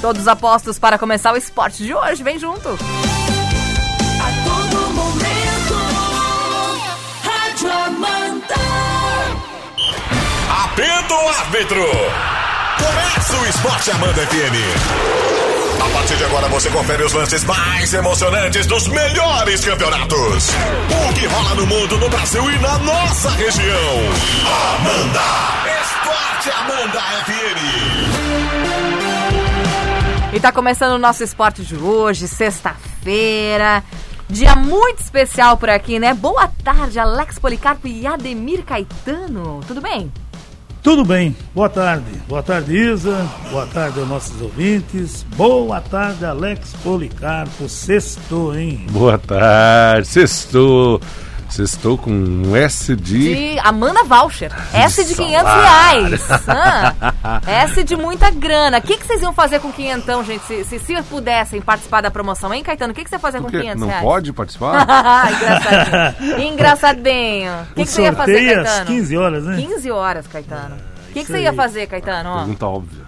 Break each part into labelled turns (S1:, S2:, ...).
S1: Todos apostos para começar o esporte de hoje. Vem junto!
S2: A todo momento, Rádio Amanda.
S3: Apito o árbitro! Começa o Esporte Amanda FM! A partir de agora você confere os lances mais emocionantes dos melhores campeonatos. O que rola no mundo, no Brasil e na nossa região. Amanda! Esporte Amanda FM!
S1: E tá começando o nosso esporte de hoje, sexta-feira. Dia muito especial por aqui, né? Boa tarde, Alex Policarpo e Ademir Caetano. Tudo bem?
S4: Tudo bem, boa tarde. Boa tarde, Isa. Boa tarde aos nossos ouvintes. Boa tarde, Alex Policarpo. Sexto, hein?
S5: Boa tarde, sextou. Sextou com um S de.
S1: De Amanda Voucher. Essa de 500 reais. Hã? Essa de muita grana. O que, que vocês iam fazer com quinhentão, gente? Se, se, se pudessem participar da promoção, hein, Caetano? O que, que você Ah. ia fazer com
S5: Porque
S1: 500
S5: não
S1: reais?
S5: pode participar?
S1: Engraçadinho. Engraçadinho. O que, que você ia fazer,
S4: sorteio é às
S1: Caetano?
S4: 15 horas, né?
S1: 15 horas, Caetano. O que, que
S4: Ah, isso
S1: você ia
S4: aí.
S1: fazer, Caetano? Ó,
S5: Pergunta óbvia.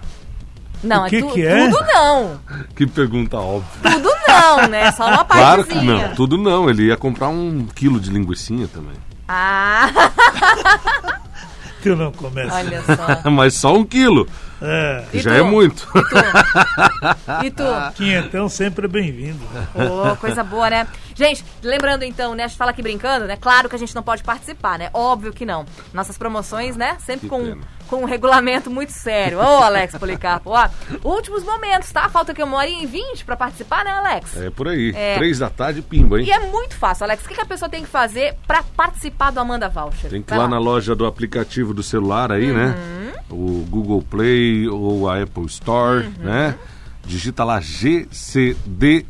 S1: não,
S4: O que
S1: é, tu-
S4: que é?
S1: tudo não.
S5: Que pergunta óbvia.
S1: Tudo não, né? Só uma
S5: Claro
S1: partezinha.
S5: que não, tudo não. Ele ia comprar um quilo de linguiçinha também.
S1: Ah,
S4: Tu não começa.
S1: olha só.
S5: Mas só um quilo,
S4: É,
S5: que
S1: E
S5: já
S1: tu?
S5: é muito.
S1: E tu?
S4: quinhentão sempre é bem-vindo.
S1: Ô, coisa boa, né? Gente, lembrando então, né? A gente fala aqui brincando, né? Claro que a gente não pode participar, né? Óbvio que não. Nossas promoções, né? Sempre
S5: Que
S1: com,
S5: pena.
S1: com um regulamento muito sério. Ô, Alex Policarpo, ó. Últimos momentos, tá? Falta que eu hora e 20 pra participar, né, Alex?
S5: É por aí.
S1: É.
S5: Três da tarde, pimba, hein?
S1: E é muito fácil, Alex. O que, que a pessoa tem que fazer pra participar do Amanda Voucher?
S5: Tem que ir
S1: Vai Uhum.
S5: lá na loja do aplicativo do celular aí, né? O Google Play ou a Apple Store,
S1: Uhum.
S5: né? Digita lá GCD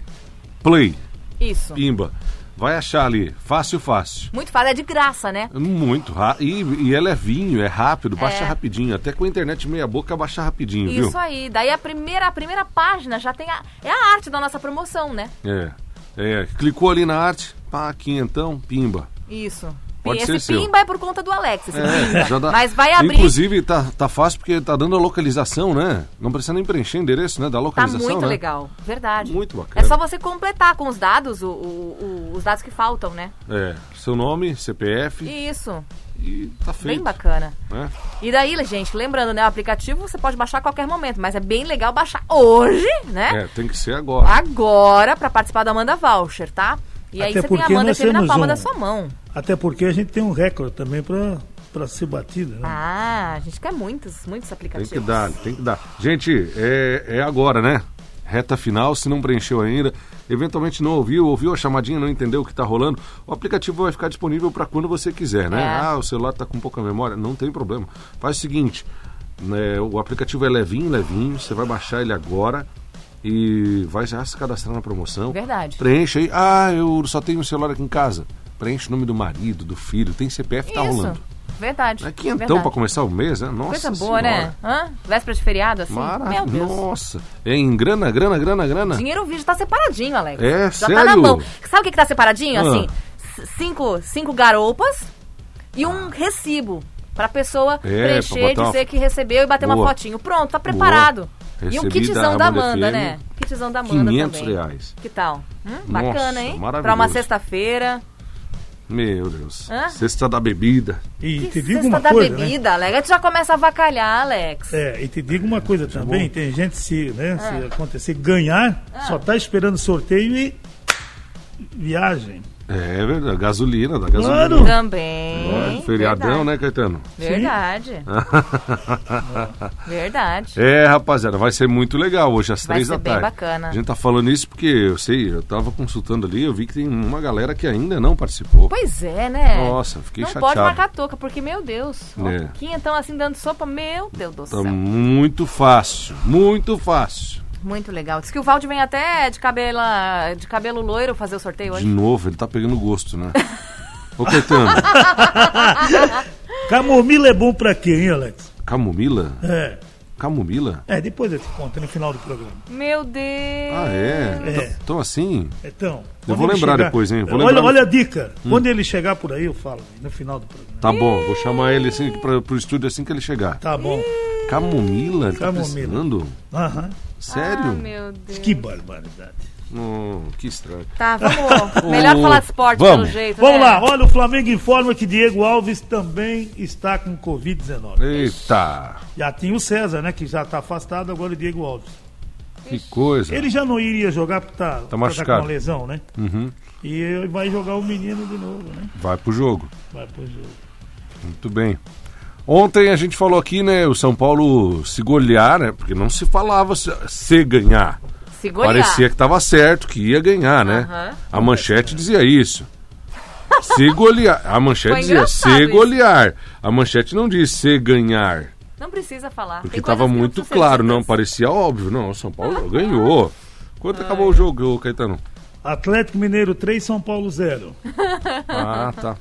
S5: Play.
S1: Isso.
S5: Pimba. Vai achar ali. Fácil, fácil.
S1: Muito fácil, é de graça, né?
S5: Muito rápido. E, e é levinho, é rápido, baixa
S1: É.
S5: rapidinho. Até com a internet meia boca, baixa rapidinho,
S1: Isso
S5: viu?
S1: aí. Daí a primeira, a primeira página já tem a. É a arte da nossa promoção, né?
S5: É. É. Clicou ali na arte, pá, quinhentão, pimba.
S1: Isso.
S5: Pode
S1: Esse
S5: ser seu.
S1: pimba é por conta do Alex. Esse pimba.
S5: É, já dá-
S1: Mas vai abrir.
S5: Inclusive, tá, tá fácil porque tá dando a localização, né? Não precisa nem preencher endereço, né?
S1: tá
S5: Da localização,
S1: muito
S5: né?
S1: legal. Verdade.
S5: Muito bacana.
S1: É só você completar com os dados, o- o- o- os dados que faltam, né?
S5: É, seu nome, CPF e,
S1: Isso.
S5: tá feito.
S1: Bem bacana.
S5: né?
S1: E daí, gente, lembrando, né? O aplicativo você pode baixar a qualquer momento, mas é bem legal baixar hoje, né?
S5: É, tem que ser agora.
S1: Agora, pra participar da Amanda Voucher, tá? E aí
S4: Até
S1: você tem a
S4: porque
S1: Amanda
S4: nós
S1: FM na
S4: temos
S1: palma
S4: um.
S1: da sua mão.
S4: Até porque a gente tem um recorde também pra, pra ser batido, né?
S1: Ah, a gente quer muitos, muitos
S5: Tem
S1: aplicativos.
S5: que dar, tem que dar. Gente, é, é agora, né? Reta final, se não preencheu ainda, eventualmente não ouviu, ouviu a chamadinha, não entendeu o que está rolando, o aplicativo vai ficar disponível para quando você quiser, né?
S1: É.
S5: Ah, o celular está com pouca memória, não tem problema. Faz o seguinte, né, o aplicativo é levinho, levinho, você vai baixar ele agora e vai já se cadastrar na promoção.
S1: Verdade.
S5: Preenche aí, ah, eu só tenho o celular aqui em casa. Preenche o nome do marido, do filho, tem CPF, tá
S1: Isso.
S5: rolando.
S1: Verdade.
S5: É quentão
S1: verdade.
S5: para começar o mês, né? Nossa
S1: Coisa boa,
S5: senhora.
S1: né? Hã? Véspera de feriado, assim? Meu
S5: Maravilha.
S1: Deus.
S5: Nossa. É em grana, grana, grana, grana.
S1: Dinheiro vídeo tá separadinho, Alex.
S5: É,
S1: Já tá na
S5: sério?
S1: mão. Sabe o que, que tá separadinho?
S5: Ah.
S1: Assim, c- cinco, cinco garoupas e um recibo pra pessoa
S5: É, pra
S1: preencher,
S5: botar uma-
S1: dizer que recebeu e bater uma
S5: Boa.
S1: fotinho. Pronto, tá preparado. E um
S5: Recebi
S1: kitzão da
S5: da
S1: Amanda,
S5: Amanda
S1: né? Kitzão da Amanda
S5: 500
S1: também.
S5: reais.
S1: Que tal? Hum,
S5: Nossa,
S1: bacana, hein? Pra uma
S5: maravilhoso.
S1: sexta-feira.
S5: Meu Deus.
S1: Hã?
S5: Cesta da bebida.
S4: E
S1: Que
S4: te digo
S1: Sexta
S4: uma
S1: da
S4: coisa, né?
S1: bebida, Alex. Aí Tu já começa a avacalhar, Alex.
S4: É, e te digo uma coisa também, tem gente
S1: Ah.
S4: se, né, se acontecer ganhar, só tá esperando sorteio e viagem.
S5: É verdade. Gasolina, da gasolina.
S4: Claro.
S1: Também.
S5: É, feriadão,
S1: verdade.
S5: né, Caetano?
S1: Verdade. Verdade.
S5: É, rapaziada, vai ser muito legal hoje, às
S1: Vai
S5: três
S1: ser
S5: da
S1: bem
S5: tarde.
S1: bacana.
S5: A gente tá falando isso porque eu sei, eu tava consultando ali, eu vi que tem uma galera que ainda não participou.
S1: Pois é, né?
S5: Nossa, fiquei
S1: Não
S5: chateado.
S1: pode marcar touca, porque, meu Deus, ó,
S5: É.
S1: Tuquinha então assim dando sopa, meu Deus do
S5: Tá
S1: céu.
S5: muito fácil, muito fácil.
S1: Muito legal. Diz que o Valde vem até de cabelo, de cabelo loiro fazer o sorteio
S5: De
S1: hoje.
S5: novo, ele tá pegando gosto, né? Ô, Caetano,
S4: Camomila é bom pra quê, hein, Alex?
S5: camomila?
S4: É,
S5: Camomila?
S4: é, depois eu te conto no final do programa.
S1: Meu Deus.
S5: Ah, é?
S4: É.
S5: T- Então assim,
S4: Então.
S5: Eu
S4: quando
S5: vou
S4: ele
S5: lembrar depois, hein? Vou
S4: olha,
S5: lembrar- Hum.
S4: olha a dica. Quando ele chegar por aí, eu falo no final do programa.
S5: tá bom, vou chamar ele assim pra, pro estúdio assim que ele chegar.
S4: Tá bom.
S5: Camomila? Ele tá
S4: Camomila.
S5: precisando?
S1: Ah,
S4: Aham.
S5: é? Sério?
S1: meu Deus.
S4: Que barbaridade.
S5: Não, que estranho.
S1: Tá, vamos. Melhor falar de esporte
S5: Vamos.
S1: pelo jeito.
S4: Vamos
S1: né?
S4: lá, olha, o Flamengo informa que Diego Alves também está com
S5: Hum.
S4: Covid-19.
S5: Eita,
S4: Já tinha o César, né, que já está afastado, agora o Diego Alves.
S5: Tá. que coisa.
S4: Ele já não iria jogar porque está com
S5: Tá machucado. Uhum.
S4: uma lesão, né? E vai jogar o menino de novo, né?
S5: Vai pro jogo.
S4: Vai pro jogo.
S5: Muito bem. Ontem a gente falou aqui, né? O São Paulo se golear, né? Porque não se falava se, se ganhar.
S1: Se golear.
S5: Parecia que estava certo, que ia ganhar, né?
S1: Aham.
S5: A manchete dizia isso. Se golear. A manchete
S1: Foi
S5: dizia
S1: engraçado
S5: se
S1: isso.
S5: golear. A manchete não diz se ganhar.
S1: Não precisa falar.
S5: Porque
S1: Tem
S5: estava
S1: coisas que
S5: muito
S1: precisam ser
S5: claro, não.
S1: ditas.
S5: Parecia óbvio. Não, o São
S1: Ah, tá.
S5: Paulo ganhou. Quanto acabou o jogo, ô, Caetano?
S4: Atlético Mineiro 3, São Paulo 0.
S5: Ah, tá.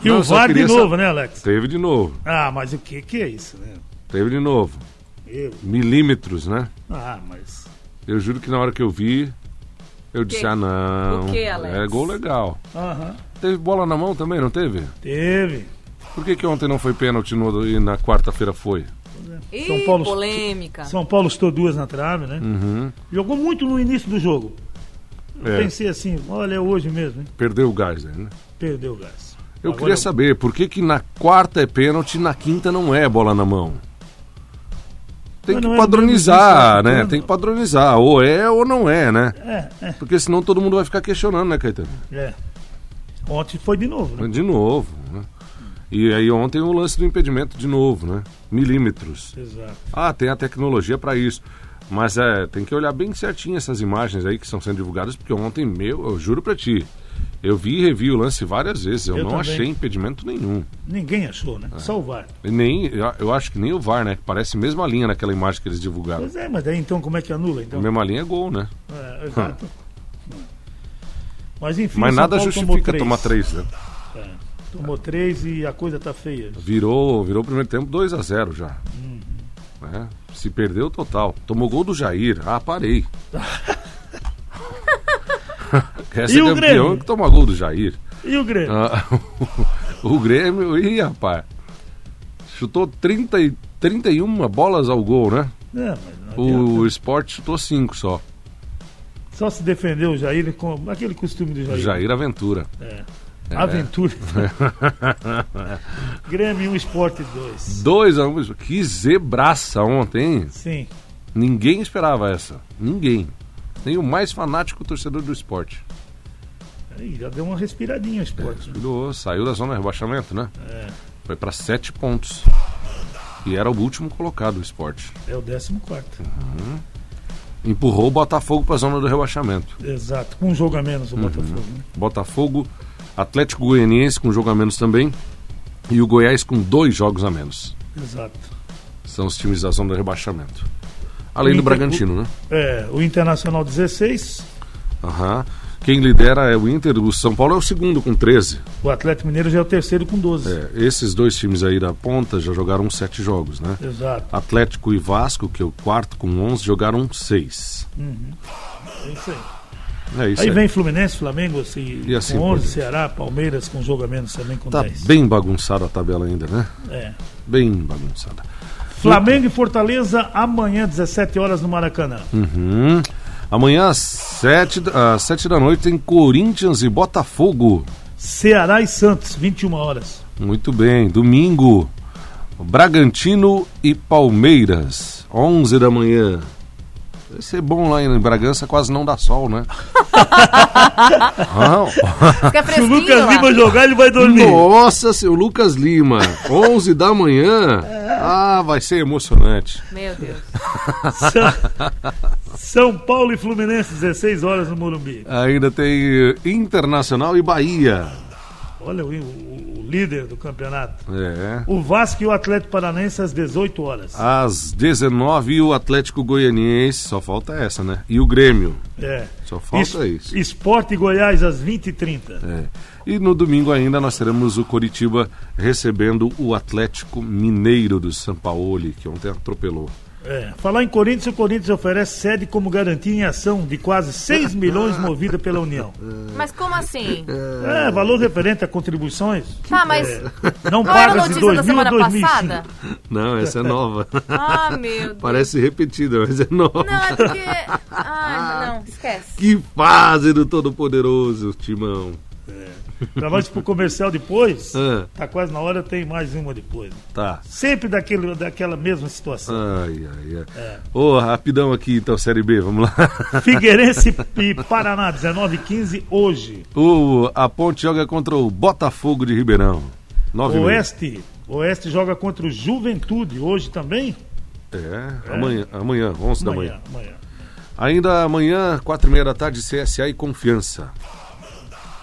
S4: E
S5: Não,
S4: o
S5: eu só
S4: VAR de
S5: queria
S4: novo,
S5: sa-
S4: né, Alex?
S5: Teve de novo.
S4: Ah, mas o que que é isso, né?
S5: Teve de novo.
S4: Eu.
S5: Milímetros, né?
S4: Ah, mas.
S5: Eu juro que na hora que eu vi, eu disse, ah não,
S1: O quê, Alex?
S5: é gol legal.
S4: Aham.
S5: Teve bola na mão também, não teve?
S4: Teve.
S5: Por que, que ontem não foi pênalti no- e na quarta-feira foi?
S1: Ih,
S4: São Paulo-
S1: polêmica.
S4: São Paulo estou duas na trave, né? Jogou muito no início do jogo. Eu
S5: Uhum. É.
S4: pensei assim, olha, é hoje mesmo, hein?
S5: Perdeu o gás aí, né?
S4: Perdeu o gás.
S5: Eu
S4: Agora
S5: queria saber, por que, que na quarta é pênalti e na quinta não é bola na mão? Tem
S4: Mas
S5: que
S4: não é
S5: padronizar,
S4: mesmo isso,
S5: né?
S4: né?
S5: Tem que padronizar. Ou é ou não é, né?
S4: É,
S5: Porque senão todo mundo vai ficar questionando, né, Caetano?
S4: é, é. Ontem foi de novo, né?
S5: De novo, né? E aí ontem o lance do impedimento de novo, né? Milímetros.
S4: Exato.
S5: Ah, tem a tecnologia para isso. Mas é, tem que olhar bem certinho essas imagens aí que estão sendo divulgadas, porque ontem, meu, eu juro para ti, eu vi e revi o lance várias vezes, eu,
S4: Eu
S5: não
S4: também.
S5: achei impedimento nenhum.
S4: Ninguém achou,
S5: É.
S4: né? Só o VAR.
S5: E Nem, eu- eu acho que nem o VAR, né? Que parece mesma linha naquela imagem que eles divulgaram.
S4: Pois é, mas daí então como é que anula? Então?
S5: Mesma linha é gol, né?
S4: É, exato. Mas enfim,
S5: Mas
S4: São
S5: nada
S4: Paulo tomou
S5: justifica tomar três, né?
S4: Tomou três e a coisa tá feia.
S5: Virou, virou o primeiro tempo 2 a 0 já.
S4: Uhum.
S5: Né? Se perdeu total. Tomou gol do Jair. Ah, parei. Quer ser
S4: E o
S5: campeão
S4: Grêmio?
S5: que toma gol do Jair.
S4: E o Grêmio?
S5: Ah, o Grêmio, ih, rapaz. Chutou 30, e- 31 bolas ao gol, né?
S4: É, mas não
S5: O
S4: adianta.
S5: Sport chutou 5 só.
S4: Só se defendeu o Jair com aquele costume do Jair.
S5: Jair Aventura.
S4: É. Aventura. Grêmio 1, Esporte 2.
S5: 2 a 1 um, Que zebraça ontem, hein?
S4: Sim.
S5: Ninguém esperava essa. Ninguém. Nem o mais fanático torcedor do esporte.
S4: Aí, já deu uma respiradinha o esporte. né?
S5: Filho, saiu da zona de rebaixamento, né?
S4: É.
S5: Foi pra 7 pontos. E era o último colocado do esporte.
S4: É, o 14.
S5: Empurrou o Botafogo pra zona do rebaixamento.
S4: Exato. Com um jogo a menos o
S5: Uhum.
S4: Botafogo. né?
S5: Botafogo, Atlético Goianiense com um jogo a menos também. E o Goiás com dois jogos a menos.
S4: Exato.
S5: São os times da zona do rebaixamento. Além do
S4: Inter-
S5: Bragantino, né?
S4: É, o Internacional 16.
S5: Aham. Quem lidera é o Inter, o São Paulo é o segundo com 13.
S4: O Atlético Mineiro já é o terceiro com 12.
S5: É, esses dois times aí da ponta já jogaram sete jogos, né?
S4: Exato.
S5: Atlético e Vasco, que é o quarto com 11, jogaram seis.
S4: É isso aí.
S5: É isso
S4: Aí
S5: aí.
S4: vem Fluminense, Flamengo se,
S5: assim
S4: com
S5: por
S4: 11,
S5: diante.
S4: Ceará, Palmeiras com um jogo a menos também com
S5: Tá
S4: 10.
S5: bem bagunçada a tabela ainda, né?
S4: É.
S5: Bem bagunçada.
S4: Flamengo e Fortaleza amanhã 17 horas no Maracanã.
S5: Hum. Amanhã às sete, da- às sete da noite tem Corinthians e Botafogo.
S4: Ceará e Santos 21 horas.
S5: Muito bem. Domingo, Bragantino e Palmeiras, 11 da manhã. Vai ser bom lá em Bragança, quase não dá sol, né? Ah,
S1: Fica
S4: Se o
S1: fresquinho
S4: Lucas
S1: lá.
S4: Lima jogar, ele vai dormir.
S5: nossa, seu Lucas Lima, 11 da manhã. Ah, vai ser emocionante.
S1: Meu Deus.
S4: São, São Paulo e Fluminense 16 horas no Morumbi.
S5: Ainda tem eh, Internacional e Bahia.
S4: Olha o, o- o líder do campeonato.
S5: É.
S4: O Vasco e o Atlético Paranense às 18 horas.
S5: Ah, Às 19 e o Atlético Goianiense, só falta essa, né? E o Grêmio,
S4: É.
S5: só falta
S4: Es-
S5: isso.
S4: Esporte e Goiás às 20h30.
S5: É. E no domingo ainda nós teremos o Coritiba recebendo o Atlético Mineiro do Sampaoli, que ontem atropelou.
S4: É. É, falar em Corinthians, o Corinthians oferece sede como garantia em ação de quase 6 milhões movida pela União.
S1: Mas como assim?
S4: É, valor referente a contribuições.
S5: É.
S1: Tá, mas.
S4: Não
S1: Qual era a
S4: pagas de
S1: notícia da
S4: 2000 a
S1: semana
S4: 2005.
S1: passada?
S5: Não, essa é nova.
S1: Ah, meu Deus.
S5: Parece repetida, mas é nova.
S1: Não, é porque. Ah, não, esquece.
S5: Que fase do Todo-Poderoso, Timão.
S4: Já vai pro comercial depois.
S5: Ah,
S4: Tá quase na hora, tem mais uma depois.
S5: tá.
S4: Sempre daquele, daquela mesma situação.
S5: Ai, ai, ai. Ô, rapidão aqui, então, Série B, vamos lá.
S4: Figueirense e Paraná, 19 h 15 hoje.
S5: O, a Ponte joga contra o Botafogo de Ribeirão. Nove e meia.
S4: Oeste. Oeste joga contra o Juventude hoje também?
S5: É, amanhã, amanhã, 11 da manhã.
S4: Amanhã, amanhã.
S5: Ainda amanhã, quatro e meia da tarde, CSA e Confiança.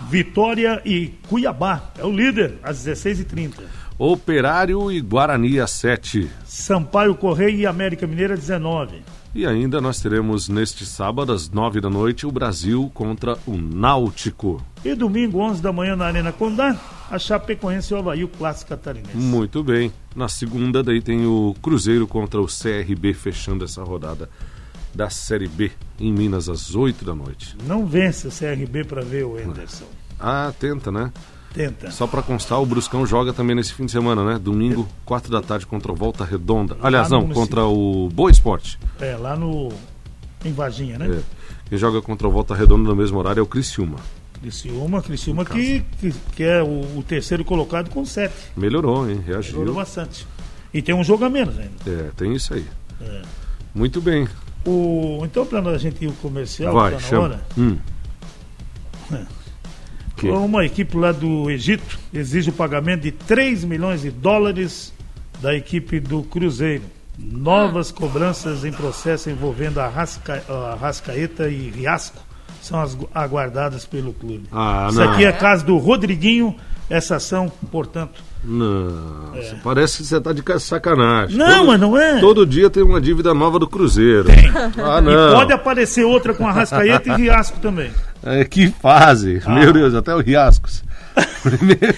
S4: Vitória e Cuiabá. É o líder, às 16h30.
S5: Operário e Guarani às 7.
S4: Sampaio Correia e América Mineira, 19.
S5: E ainda nós teremos neste sábado, às 9 da noite, o Brasil contra o Náutico.
S4: E domingo, 11 da manhã, na Arena Condá, a Chapecoense e o Havaí, o clássico catarinense.
S5: Muito bem. Na segunda, daí tem o Cruzeiro contra o CRB, fechando essa rodada da Série B em Minas às 8 da noite.
S4: Não vence o CRB pra ver o Anderson.
S5: Ah, tenta, né?
S4: Tenta.
S5: Só pra constar, o Bruscão joga também nesse fim de semana, né? Domingo, 4 da tarde, contra o Volta Redonda. Aliás,
S4: Ah, no
S5: não,
S4: município.
S5: contra o Boa Esporte.
S4: É, lá no... Em Varginha, né?
S5: É. Quem joga contra o Volta Redonda no mesmo horário é o Criciúma.
S4: Criciúma, Criciúma que, que, que é o, o terceiro colocado com 7.
S5: Melhorou, hein?
S4: Jogou
S5: Reagiu.
S4: bastante. E tem um jogo a menos ainda.
S5: É, tem isso aí.
S4: É.
S5: Muito bem.
S4: O, então, para a gente ir ao comercial,
S5: Vai,
S4: tá na
S5: chama.
S4: hora. Então,
S5: Hum. Que?
S4: Uma equipe lá do Egito exige o pagamento de 3 milhões de dólares da equipe do Cruzeiro. Novas cobranças em processo envolvendo a, Rasca, a Rascaeta e Riasco são as gu- aguardadas pelo clube.
S5: Ah,
S4: Isso
S5: não.
S4: aqui é caso do Rodriguinho, essa ação, portanto.
S5: Não, você parece que você tá de ca- sacanagem.
S4: é- Não,
S5: Todo-
S4: mas não é.
S5: Todo dia tem uma dívida nova do Cruzeiro. Ah, não.
S4: E pode aparecer outra com a Rascaeta e Riasco também.
S5: É, que fase. Meu Deus, até o Riascos.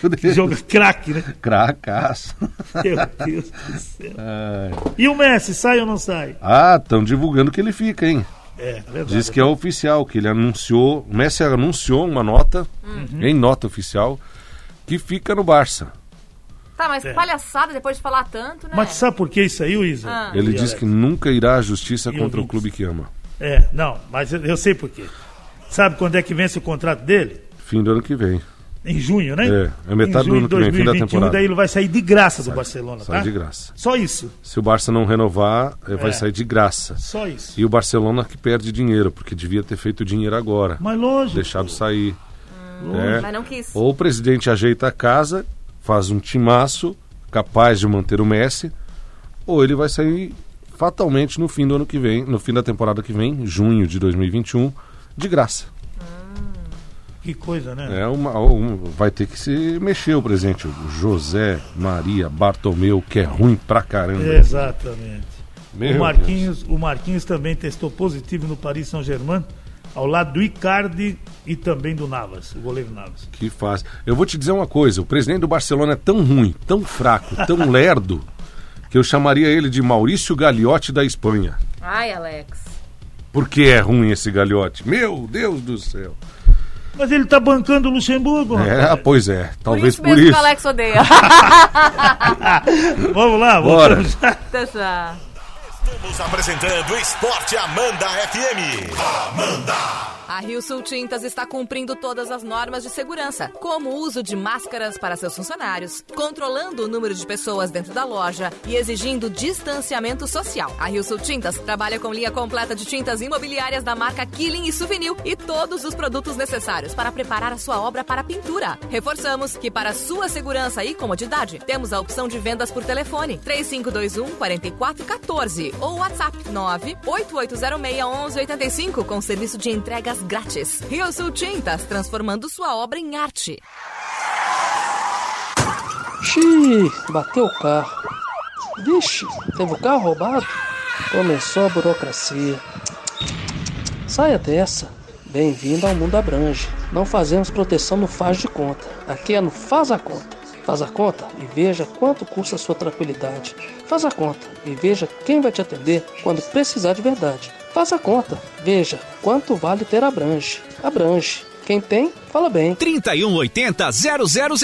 S5: Meu
S4: Que
S5: Deus.
S4: joga craque, né?
S5: Cracaço.
S4: Meu Deus do céu.
S5: Ai.
S4: E o Messi, sai ou não sai?
S5: Ah, estão divulgando que ele fica, hein?
S4: É, verdade.
S5: Diz que é oficial, que ele anunciou, o Messi anunciou uma nota, em nota oficial, que fica no Barça.
S1: Tá, mas palhaçada depois de falar tanto, né?
S4: Mas sabe por que isso aí, Isa?
S1: Ah.
S5: Ele diz que nunca irá à justiça
S4: E
S5: contra o
S4: ouvintes.
S5: clube que ama.
S4: É, não, mas eu, eu sei por quê. Sabe quando é que vence o contrato dele?
S5: Fim do ano que vem.
S4: Em junho, né?
S5: É, é metade
S4: em junho
S5: do ano
S4: de
S5: que vem, fim da
S4: 2021,
S5: temporada.
S4: daí ele vai sair de graça do Barcelona,
S5: Sai
S4: tá?
S5: de graça.
S4: Só isso,
S5: Se o Barça não renovar, eh, vai
S4: É.
S5: sair de graça.
S4: só isso.
S5: E o Barcelona que perde dinheiro, porque devia ter feito dinheiro agora.
S4: Mas lógico.
S5: Deixado sair. né?
S1: Hum, Mas não quis.
S5: Ou o presidente ajeita a casa, faz um timaço capaz de manter o Messi, ou ele vai sair fatalmente no fim do ano que vem, no fim da temporada que vem, junho de 2021, de graça.
S4: Que coisa, né?
S5: É uma, um- vai ter que se mexer o presidente. O José Maria Bartomeu, que é ruim pra caramba.
S4: Exatamente. É,
S5: Meu
S4: o,
S5: Deus.
S4: Marquinhos, o Marquinhos também testou positivo no Paris Saint-Germain, ao lado do Icardi e também do Navas, o goleiro Navas.
S5: Que faz. Eu vou te dizer uma coisa: o presidente do Barcelona é tão ruim, tão fraco, tão lerdo, que eu chamaria ele de Maurício Gagliotti da Espanha.
S1: Ai, Alex.
S5: Porque é ruim esse Gagliotti. Meu Deus do céu.
S4: Mas ele tá bancando o Luxemburgo,
S5: É,
S4: rapaz.
S5: ah, pois é,
S1: Por
S5: talvez
S1: isso
S5: por
S1: mesmo que o
S5: isso.
S1: Alex odeia.
S4: Vamos lá,
S5: Bora.
S4: voltamos já.
S1: Até já.
S3: Estamos apresentando Esporte Amanda FM.
S1: A Rio Sul Tintas está cumprindo todas as normas de segurança, como o uso de máscaras para seus funcionários, controlando o número de pessoas dentro da loja e exigindo distanciamento social. A Rio Sul Tintas trabalha com linha completa de tintas imobiliárias da marca Killing e Souvenir e todos os produtos necessários para preparar a sua obra para a pintura. Reforçamos que para sua segurança e comodidade, temos a opção de vendas por telefone 3521 4414 ou WhatsApp 988061185 com serviço de entregas grátis. Rio Sul Tintas, transformando sua obra em arte.
S6: Xiii, bateu o carro. Vixe, teve o carro roubado? Começou a burocracia. Saia dessa. Bem-vindo ao Mundo Abrange. Não fazemos proteção no faz de conta. Aqui é no faz a conta. Faz a conta e veja quanto custa a sua tranquilidade. Faz a conta e veja quem vai te atender quando precisar de verdade. Faça a conta, veja quanto vale ter Abrange. Abrange. Quem tem, fala bem.
S7: 3180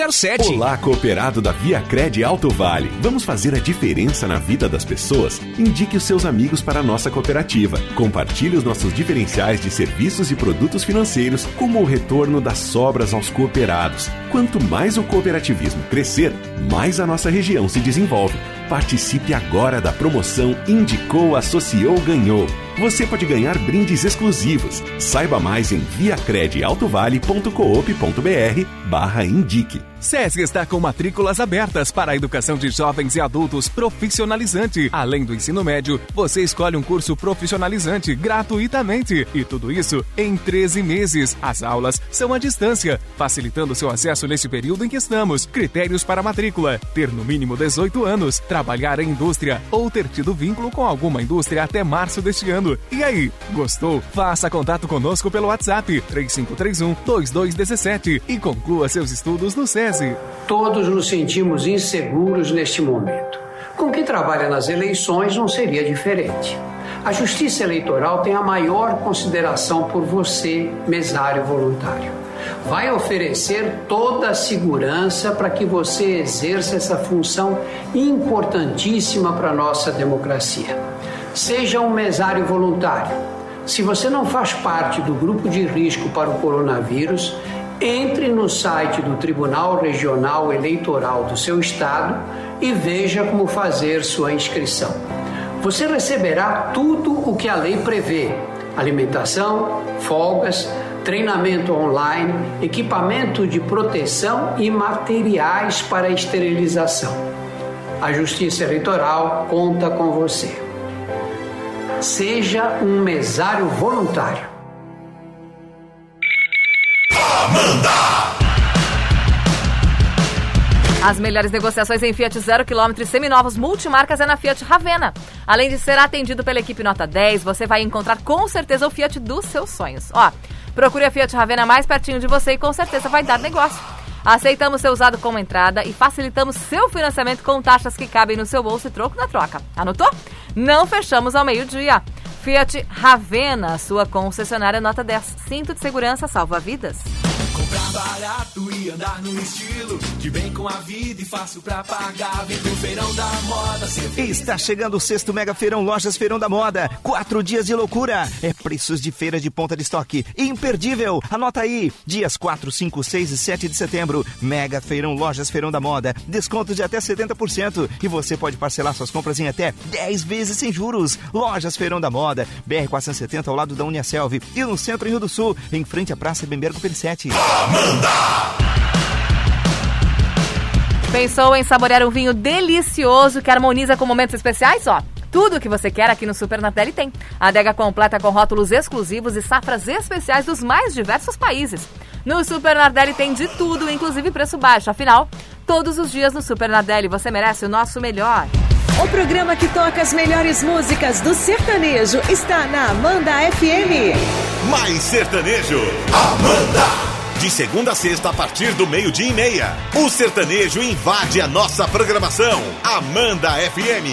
S7: 0007.
S3: Olá, cooperado da Via Cred Alto Vale. Vamos fazer a diferença na vida das pessoas? Indique os seus amigos para a nossa cooperativa. Compartilhe os nossos diferenciais de serviços e produtos financeiros, como o retorno das sobras aos cooperados. Quanto mais o cooperativismo crescer, mais a nossa região se desenvolve. Participe agora da promoção Indicou, Associou, Ganhou. Você pode ganhar brindes exclusivos. Saiba mais em viacredaltovale.coop.br barra indique.
S7: SESC está com matrículas abertas para a educação de jovens e adultos profissionalizante. Além do ensino médio, você escolhe um curso profissionalizante gratuitamente. E tudo isso em 13 meses. As aulas são à distância, facilitando seu acesso neste período em que estamos. Critérios para matrícula: ter no mínimo 18 anos, trabalhar em indústria ou ter tido vínculo com alguma indústria até março deste ano. E aí, gostou? Faça contato conosco pelo WhatsApp 3531 2217 e conclua seus estudos no SESC.
S8: Todos nos sentimos inseguros neste momento. Com quem trabalha nas eleições não seria diferente. A Justiça Eleitoral tem a maior consideração por você, mesário voluntário. Vai oferecer toda a segurança para que você exerça essa função importantíssima para a nossa democracia. Seja um mesário voluntário. Se você não faz parte do grupo de risco para o coronavírus, entre no site do Tribunal Regional Eleitoral do seu estado e veja como fazer sua inscrição. Você receberá tudo o que a lei prevê: alimentação, folgas, treinamento online, equipamento de proteção e materiais para esterilização. A Justiça Eleitoral conta com você. Seja um mesário voluntário.
S1: As melhores negociações em Fiat zero quilômetro e seminovos multimarcas é na Fiat Ravena. Além de ser atendido pela equipe nota 10, você vai encontrar com certeza o Fiat dos seus sonhos. Ó, procure a Fiat Ravena mais pertinho de você e com certeza vai dar negócio. Aceitamos seu usado como entrada e facilitamos seu financiamento com taxas que cabem no seu bolso e troco na troca. Anotou? Não fechamos ao meio-dia. Fiat Ravena, sua concessionária nota 10. Cinto de segurança salva vidas.
S9: Comprar barato e andar no estilo. De bem com a vida e fácil pra pagar. Vem pro feirão da moda. Cê vê.
S10: Está chegando o sexto Mega Feirão Lojas Feirão da Moda. Quatro dias de loucura. É preços de feira de ponta de estoque. Imperdível. Anota aí. Dias 4, 5, 6 e 7 de setembro. Mega Feirão Lojas Feirão da Moda. Desconto de até 70%. E você pode parcelar suas compras em até 10 vezes sem juros. Lojas Feirão da Moda. BR-470 ao lado da Uniaselv. E no centro em Rio do Sul. Em frente à Praça Bembergo Pensete.
S1: Pensou em saborear um vinho delicioso que harmoniza com momentos especiais? Ó, tudo o que você quer aqui no Super Natelli tem. Adega completa com rótulos exclusivos e safras especiais dos mais diversos países. No Super Nardelli tem de tudo, inclusive preço baixo. Afinal, todos os dias no Super Nardelli você merece o nosso melhor.
S11: O programa que toca as melhores músicas do sertanejo está na Amanda FM.
S12: Mais sertanejo. Amanda! De segunda a sexta, a partir do meio-dia e meia, o sertanejo invade a nossa programação. Amanda FM.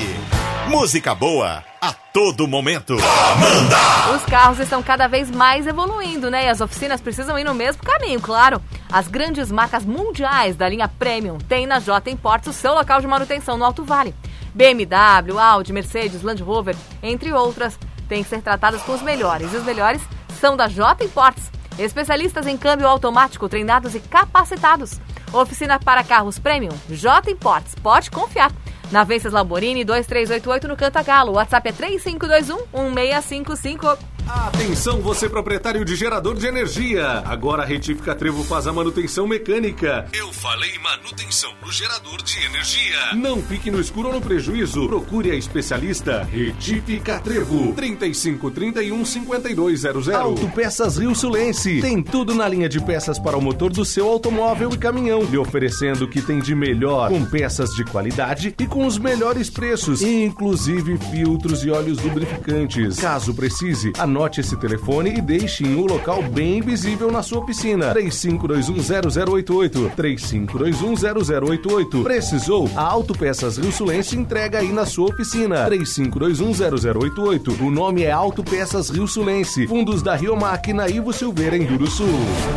S12: Música boa a todo momento. Amanda!
S1: Os carros estão cada vez mais evoluindo, né? E as oficinas precisam ir no mesmo caminho, claro. As grandes marcas mundiais da linha Premium têm na J Imports o seu local de manutenção no Alto Vale. BMW, Audi, Mercedes, Land Rover, entre outras, têm que ser tratadas com os melhores. E os melhores são da J Imports, especialistas em câmbio automático, treinados e capacitados. Oficina para carros Premium, J Imports, pode confiar. Na Vences Lamborghini 2388 no Cantagalo. O WhatsApp é 3521 1655.
S13: Atenção você proprietário de gerador de energia. Agora a Retífica Trevo faz a manutenção mecânica.
S14: Eu falei manutenção no gerador de energia.
S13: Não fique no escuro ou no prejuízo. Procure a especialista Retífica Trevo. 3531 5200.
S5: Autopeças Rio Sulense. Tem tudo na linha de peças para o motor do seu automóvel e caminhão, lhe oferecendo o que tem de melhor, com peças de qualidade e com os melhores preços, inclusive filtros e óleos lubrificantes. Caso precise, anote
S15: Anote esse telefone e deixe em um local bem visível na sua piscina. 35210088. 35210088. Precisou? A Autopeças Rio Sulense entrega aí na sua piscina. 35210088. O nome é Autopeças Rio Sulense. Fundos da Riomac na Ivo Silveira, em Sul.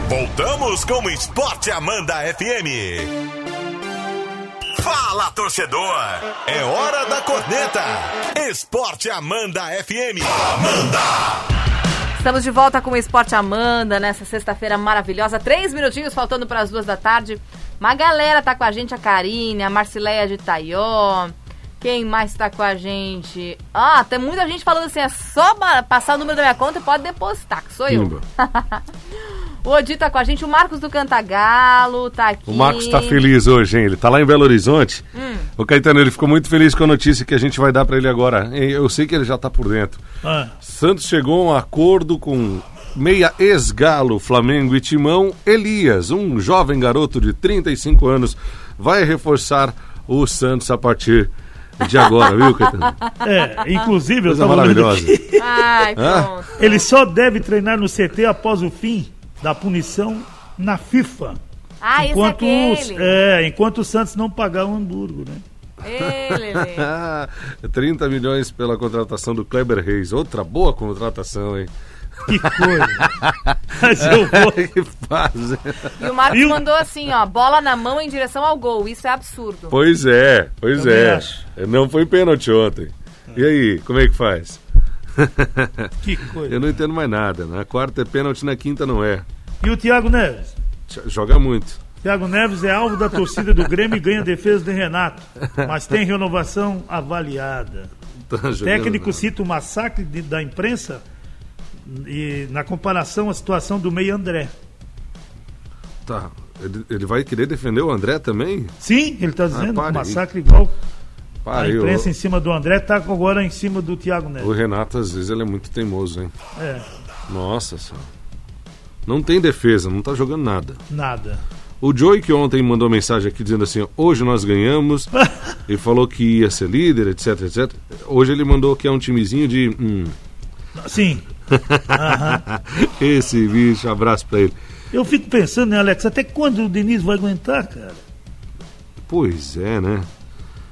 S3: Voltamos com o Esporte Amanda FM. Fala torcedor, é hora da corneta. Esporte Amanda FM. Amanda!
S1: Estamos de volta com o Esporte Amanda nessa sexta-feira maravilhosa. Três minutinhos faltando para as duas da tarde. Uma galera tá com a gente, a Karine, a Marcileia de Itaió. Quem mais tá com a gente? Ah, tem muita gente falando assim, é só ba- passar o número da minha conta e pode depositar, que sou eu.
S5: Pimba.
S1: O Odi tá com a gente, o Marcos do Cantagalo tá aqui.
S5: O Marcos tá feliz hoje, hein? Ele tá lá em Belo Horizonte.
S1: Hum.
S5: O Caetano, ele ficou muito feliz com a notícia que a gente vai dar pra ele agora. E Eu sei que ele já tá por dentro.
S4: Ah.
S5: Santos chegou a um acordo com meia ex-galo, Flamengo e Timão, Elias, um jovem garoto de 35 anos, vai reforçar o Santos a partir de agora, viu, Caetano?
S4: É, inclusive, eu
S5: Coisa
S4: tava lendo
S5: maravilhosa.
S4: aqui.
S1: Ai,
S5: Hã?
S1: pronto.
S4: Ele só deve treinar no CT após o fim da punição na FIFA.
S1: Ah, esse é
S4: enquanto, os-
S1: aquele.
S4: é, enquanto o Santos não pagar o Hamburgo, né?
S1: Ele,
S5: 30 Ah, milhões pela contratação do Kleber Reis. Outra boa contratação, hein?
S4: Que coisa!
S5: Mas
S4: eu vou.
S5: que fase.
S1: E o Marcos mandou assim, ó, bola na mão em direção ao gol. Isso é absurdo.
S5: Pois é, pois
S1: Também
S5: é.
S1: acho.
S5: Não foi pênalti ontem. E aí, como é que faz?
S4: Que coisa.
S5: Eu não entendo mais nada. Na quarta é pênalti, na quinta não é.
S4: E o Thiago Neves?
S5: J- Joga muito.
S4: Thiago Neves é alvo da torcida do Grêmio e ganha defesa de Renato, mas tem renovação avaliada.
S5: Tá
S4: O
S5: jogando,
S4: técnico
S5: né?
S4: cita o massacre de- da imprensa e na comparação à situação do meio André.
S5: Tá. Ele, ele vai querer defender o André também?
S4: Sim, ele está
S5: Ah,
S4: dizendo
S5: pare.
S4: que o massacre igual a
S5: Pariu.
S4: imprensa em cima do André tá agora em cima do Thiago
S5: O
S4: Neves.
S5: Renato, às vezes, ele é muito teimoso, hein?
S4: É,
S5: Nossa senhora. Não tem defesa, não tá jogando nada.
S4: nada.
S5: O Joey que ontem mandou mensagem aqui dizendo assim, ó, hoje nós ganhamos, e falou que ia ser líder, etc, etc. Hoje ele mandou que é um timezinho de... hum.
S4: Sim.
S5: Esse bicho, abraço pra ele.
S4: Eu fico pensando, né, Alex, até quando o Diniz vai aguentar, cara?
S5: Pois é, né?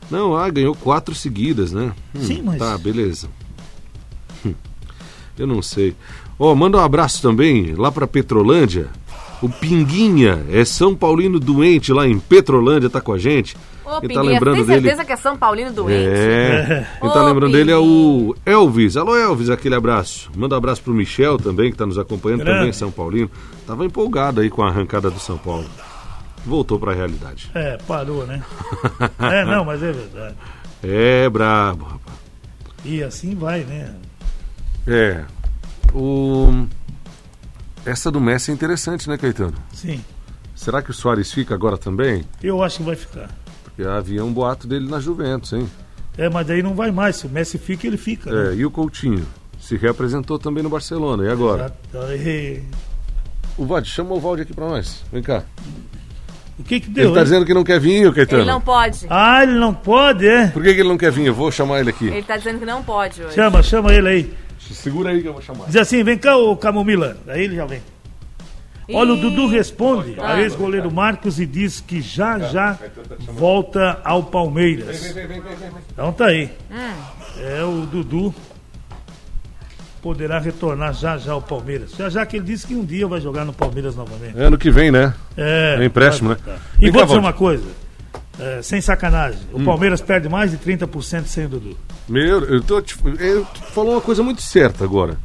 S5: Não, ah, ganhou quatro seguidas, né?
S4: Sim, mas-
S5: Tá, beleza. Hum, Eu não sei. Ó, manda um abraço também lá pra Petrolândia. O Pinguinha é São Paulino doente lá em Petrolândia, tá com a gente.
S1: Ô,
S5: Quem
S1: Pinguinha,
S5: tá lembrando
S1: tem
S5: dele.
S1: certeza que é São Paulino doente?
S5: É. Quem tá
S1: Ô,
S5: lembrando dele é o Elvis. Alô, Elvis, aquele abraço. Manda um abraço pro Michel também, que tá nos acompanhando,
S4: Grande.
S5: também São Paulino. Tava empolgado aí com a arrancada do São Paulo. Voltou pra realidade.
S4: É, parou, né? É, não, mas é verdade.
S5: É brabo, rapaz.
S4: E assim vai, né?
S5: É. O... Essa do Messi é interessante, né, Caetano?
S4: Sim.
S5: Será que o Soares fica agora também?
S4: Eu acho que vai ficar.
S5: Porque havia um boato dele na Juventus, hein?
S4: É, mas daí não vai mais. Se o Messi fica, ele fica. né?
S5: É, e o Coutinho? Se reapresentou também no Barcelona. E
S4: Tá,
S5: agora?
S4: Aí,
S5: O Valde, chama o Valde aqui pra nós. Vem cá.
S4: O que que deu?
S5: Ele tá
S4: hein?
S5: dizendo que não quer vir, ô Caetano.
S1: Ele não pode.
S4: Ah, ele não pode, é?
S5: Por que, que ele não quer vir? Eu vou chamar ele aqui.
S1: Ele tá dizendo que não pode hoje.
S4: Chama, chama ele aí.
S5: Segura aí que eu vou chamar.
S4: Diz assim, vem cá, ô Camomila. Aí ele já vem. Olha, o Dudu responde
S5: Ah.
S4: a ex-goleiro Marcos e diz que já, já
S5: tá,
S4: volta ao Palmeiras. Então tá aí. É, o Dudu poderá retornar já, já ao Palmeiras. Já, já que ele disse que um dia vai jogar no Palmeiras novamente.
S5: É ano que vem, né?
S4: É,
S5: É empréstimo, né?
S4: E
S5: Vem
S4: vou
S5: cá,
S4: dizer
S5: Valde.
S4: uma coisa, é, sem sacanagem. O
S5: Hum.
S4: Palmeiras perde mais de 30% sem o Dudu.
S5: Meu, eu tô te, eu tu falou uma coisa muito certa agora.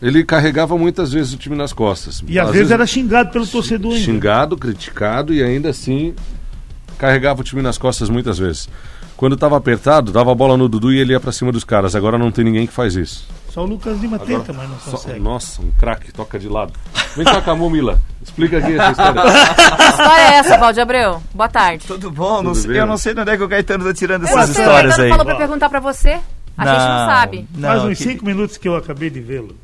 S5: Ele carregava muitas vezes o time nas costas.
S4: E às, vezes, era xingado pelo torcedor ainda.
S5: xingado, criticado e ainda assim carregava o time nas costas muitas vezes. Quando tava apertado, dava a bola no Dudu e ele ia pra cima dos caras. Agora não tem ninguém que faz isso.
S4: Só o Lucas Lima
S5: Agora,
S4: tenta, mas não
S5: só-
S4: consegue.
S5: nossa, um craque, toca de lado. Vem cá, Camomila. Explica aqui essa história.
S1: Que história é essa, Valde Abreu? Boa tarde.
S7: Tudo bom? Não
S5: Tudo
S7: sei-
S5: bem?
S7: eu não sei de onde é que o Caetano tá tirando
S1: eu não
S7: essas
S1: sei, o
S7: histórias
S1: Caetano
S7: aí.
S1: falou pra perguntar pra você. A gente não
S7: Não,
S1: sabe.
S4: Faz uns
S5: que-
S4: cinco minutos que eu acabei de vê-lo.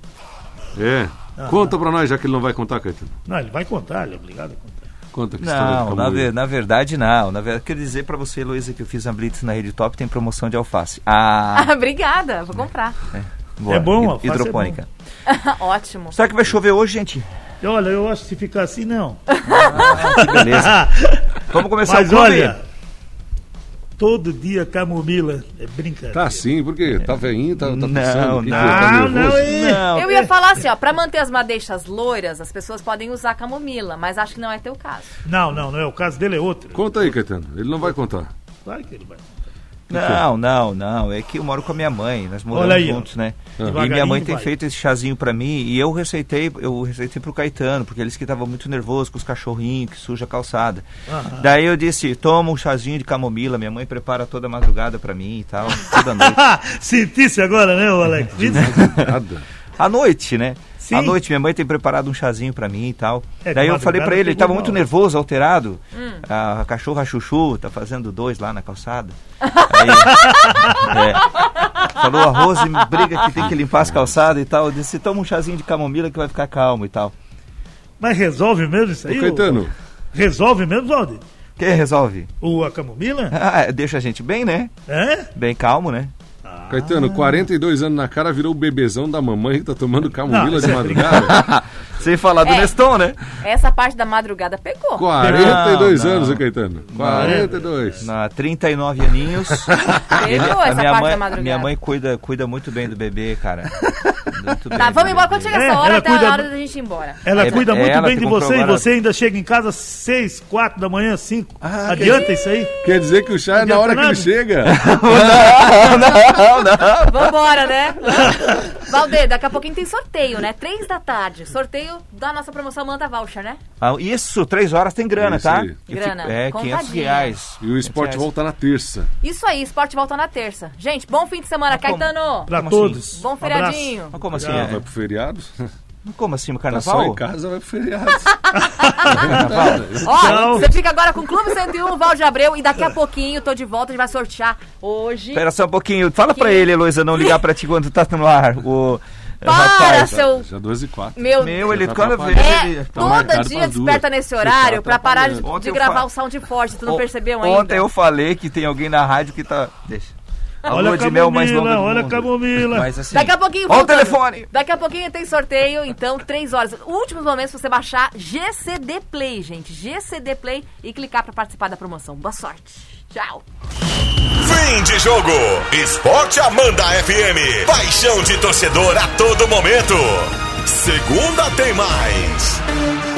S5: É.
S7: Ah, tá.
S5: Conta pra nós, já que ele não vai contar, Caetano.
S4: Não, ele vai contar, ele é obrigado a contar.
S5: Conta a questão
S7: Não,
S5: do
S7: na,
S5: Camomila.
S7: ver- na verdade não. Na verdade, eu quero dizer pra você, Luísa, que eu fiz uma blitz na Rede Top, tem promoção de alface. Ah,
S1: Ah, obrigada, vou comprar.
S7: Boa.
S4: É bom, a
S7: Hid-
S4: faixa é
S7: Hidropônica.
S1: Ótimo.
S7: Será que vai chover hoje, gente?
S4: Olha, eu acho que se ficar assim, não.
S5: É
S7: que beleza. Vamos começar
S4: Mas
S7: o clube?
S4: olha, todo dia camomila. É brincadeira. Ah,
S5: Tá sim, porque tá veinho, tá, tá
S7: Não,
S5: pensando, que
S7: não.
S5: que tá
S7: Não, é.
S5: nervoso?
S4: é.
S1: Eu ia falar assim, ó, pra manter as madeixas loiras, as pessoas podem usar camomila, mas acho que não é teu caso.
S4: Não, não, não é. O caso dele é outro.
S5: Conta aí, Caetano. Ele não vai contar.
S4: Claro que ele vai.
S7: Não, não, não. É que eu moro com a minha mãe. Nós moramos
S4: Olha aí, ó.
S7: juntos, né? E
S4: Devagarinho
S7: minha mãe tem
S4: vai.
S7: feito esse chazinho pra mim e eu receitei, eu receitei pro Caetano, porque eles que estavam muito nervosos com os cachorrinhos que suja a calçada.
S16: Aham.
S7: Daí eu disse, toma um chazinho de camomila, minha mãe prepara toda madrugada pra mim e tal, toda noite.
S4: Ah, Sentisse agora, né, ô Alex?
S7: à noite, né?
S4: Sim.
S7: À noite, minha mãe tem preparado um chazinho pra mim e tal.
S4: É, de
S7: Daí eu
S4: madrugada
S7: falei pra ele, ele
S4: pegou
S7: tava
S4: mal.
S7: muito nervoso, alterado.
S4: Hum.
S7: A cachorra Chuchu tá fazendo dois lá na calçada. Aí, é, falou, a Rose me briga que tem que limpar as calçadas e tal. Eu disse, toma um chazinho de camomila que vai ficar calmo e tal.
S4: Mas resolve mesmo isso
S7: Ô,
S4: aí? ô?
S7: Caetano.
S4: Resolve mesmo, Valdir?
S7: Quem resolve?
S4: O a camomila?
S7: Ah, deixa a gente bem, né?
S4: É?
S7: Bem calmo, né?
S5: Caetano, 42 anos na cara, virou o bebezão da mamãe que tá tomando camomila
S7: Não,
S5: de
S7: isso é
S5: madrugada.
S7: Sem falar
S1: do É. Neston,
S7: né?
S1: Essa parte da madrugada pegou.
S5: 42
S7: Não, não.
S5: anos, hein, Caetano? 42.
S7: Na 39 aninhos.
S1: Pegou
S7: A
S1: essa parte
S7: Ah, minha mãe,
S1: da madrugada.
S7: minha mãe cuida, cuida muito bem do bebê, cara. Muito bem
S1: Tá,
S7: do
S1: vamos embora. Quando chega
S4: É,
S1: essa hora,
S4: ela
S1: tá
S4: cuida-
S1: a hora da gente ir embora.
S4: Ela
S7: É,
S4: cuida
S7: é
S4: muito
S7: ela
S4: bem
S7: que
S4: de você e
S7: comprovara-
S4: você ainda chega em casa às 6, 4 da manhã, 5.
S7: Ah,
S4: Adianta
S5: quer-
S4: isso aí?
S5: Quer dizer que o chá é na
S4: Adianta
S5: hora que
S4: nada.
S5: ele chega.
S7: não, não.
S1: Vambora, né? Valdeir, daqui a pouquinho tem sorteio, né? Três da tarde. Sorteio da nossa promoção Manta Voucher, né?
S7: Ah, Isso, três horas tem grana,
S5: Isso
S7: tá?
S5: aí.
S7: Eu
S1: Grana,
S7: fico- É, 500
S1: contadinha.
S7: reais.
S5: E o esporte volta na terça.
S1: Isso aí, esporte volta na terça. Gente, bom fim de semana, Caetano.
S5: Pra todos.
S1: assim? Bom
S5: Um
S1: feriadinho.
S7: Mas como assim?
S5: Ah,
S7: é?
S5: vai pro feriado?
S7: Como assim, no
S5: Tá
S7: carnaval?
S5: só em casa, vai pro feriado.
S1: Ó, você fica agora com o Clube 101, Val de Abreu, e daqui a pouquinho, tô de volta, a gente vai sortear hoje.
S7: Espera só um pouquinho. Fala pra ele, Heloísa, não ligar pra ti quando tá no ar. O...
S1: Para,
S7: rapaz.
S1: seu- É,
S5: Já 12 e 4.
S1: Meu,
S7: Meu, é ele
S5: Já tá
S7: quando vê.
S5: atrapalhando.
S7: ele-
S5: Tá
S1: Todo
S5: marcado
S1: dia
S5: pras duas.
S1: desperta nesse horário pra parar de, de gravar o Sound Forte, tu não
S7: O-
S1: percebeu ainda?
S7: Ontem eu falei que tem alguém na rádio que tá. Deixa. A
S4: Olha
S7: lua
S4: a
S7: de mel mais
S4: camomila,
S7: longa do
S4: olha a
S7: mundo.
S4: camomila.
S7: Mas assim.
S1: Daqui a pouquinho.
S7: Ó o
S1: voltando.
S7: telefone!
S1: Daqui a pouquinho tem sorteio, então, três horas. Últimos momentos pra você baixar GCD Play, gente. GCD Play e clicar pra participar da promoção. Boa sorte. Tchau.
S3: Fim de jogo. Esporte Amanda FM. Paixão de torcedor a todo momento. Segunda tem mais.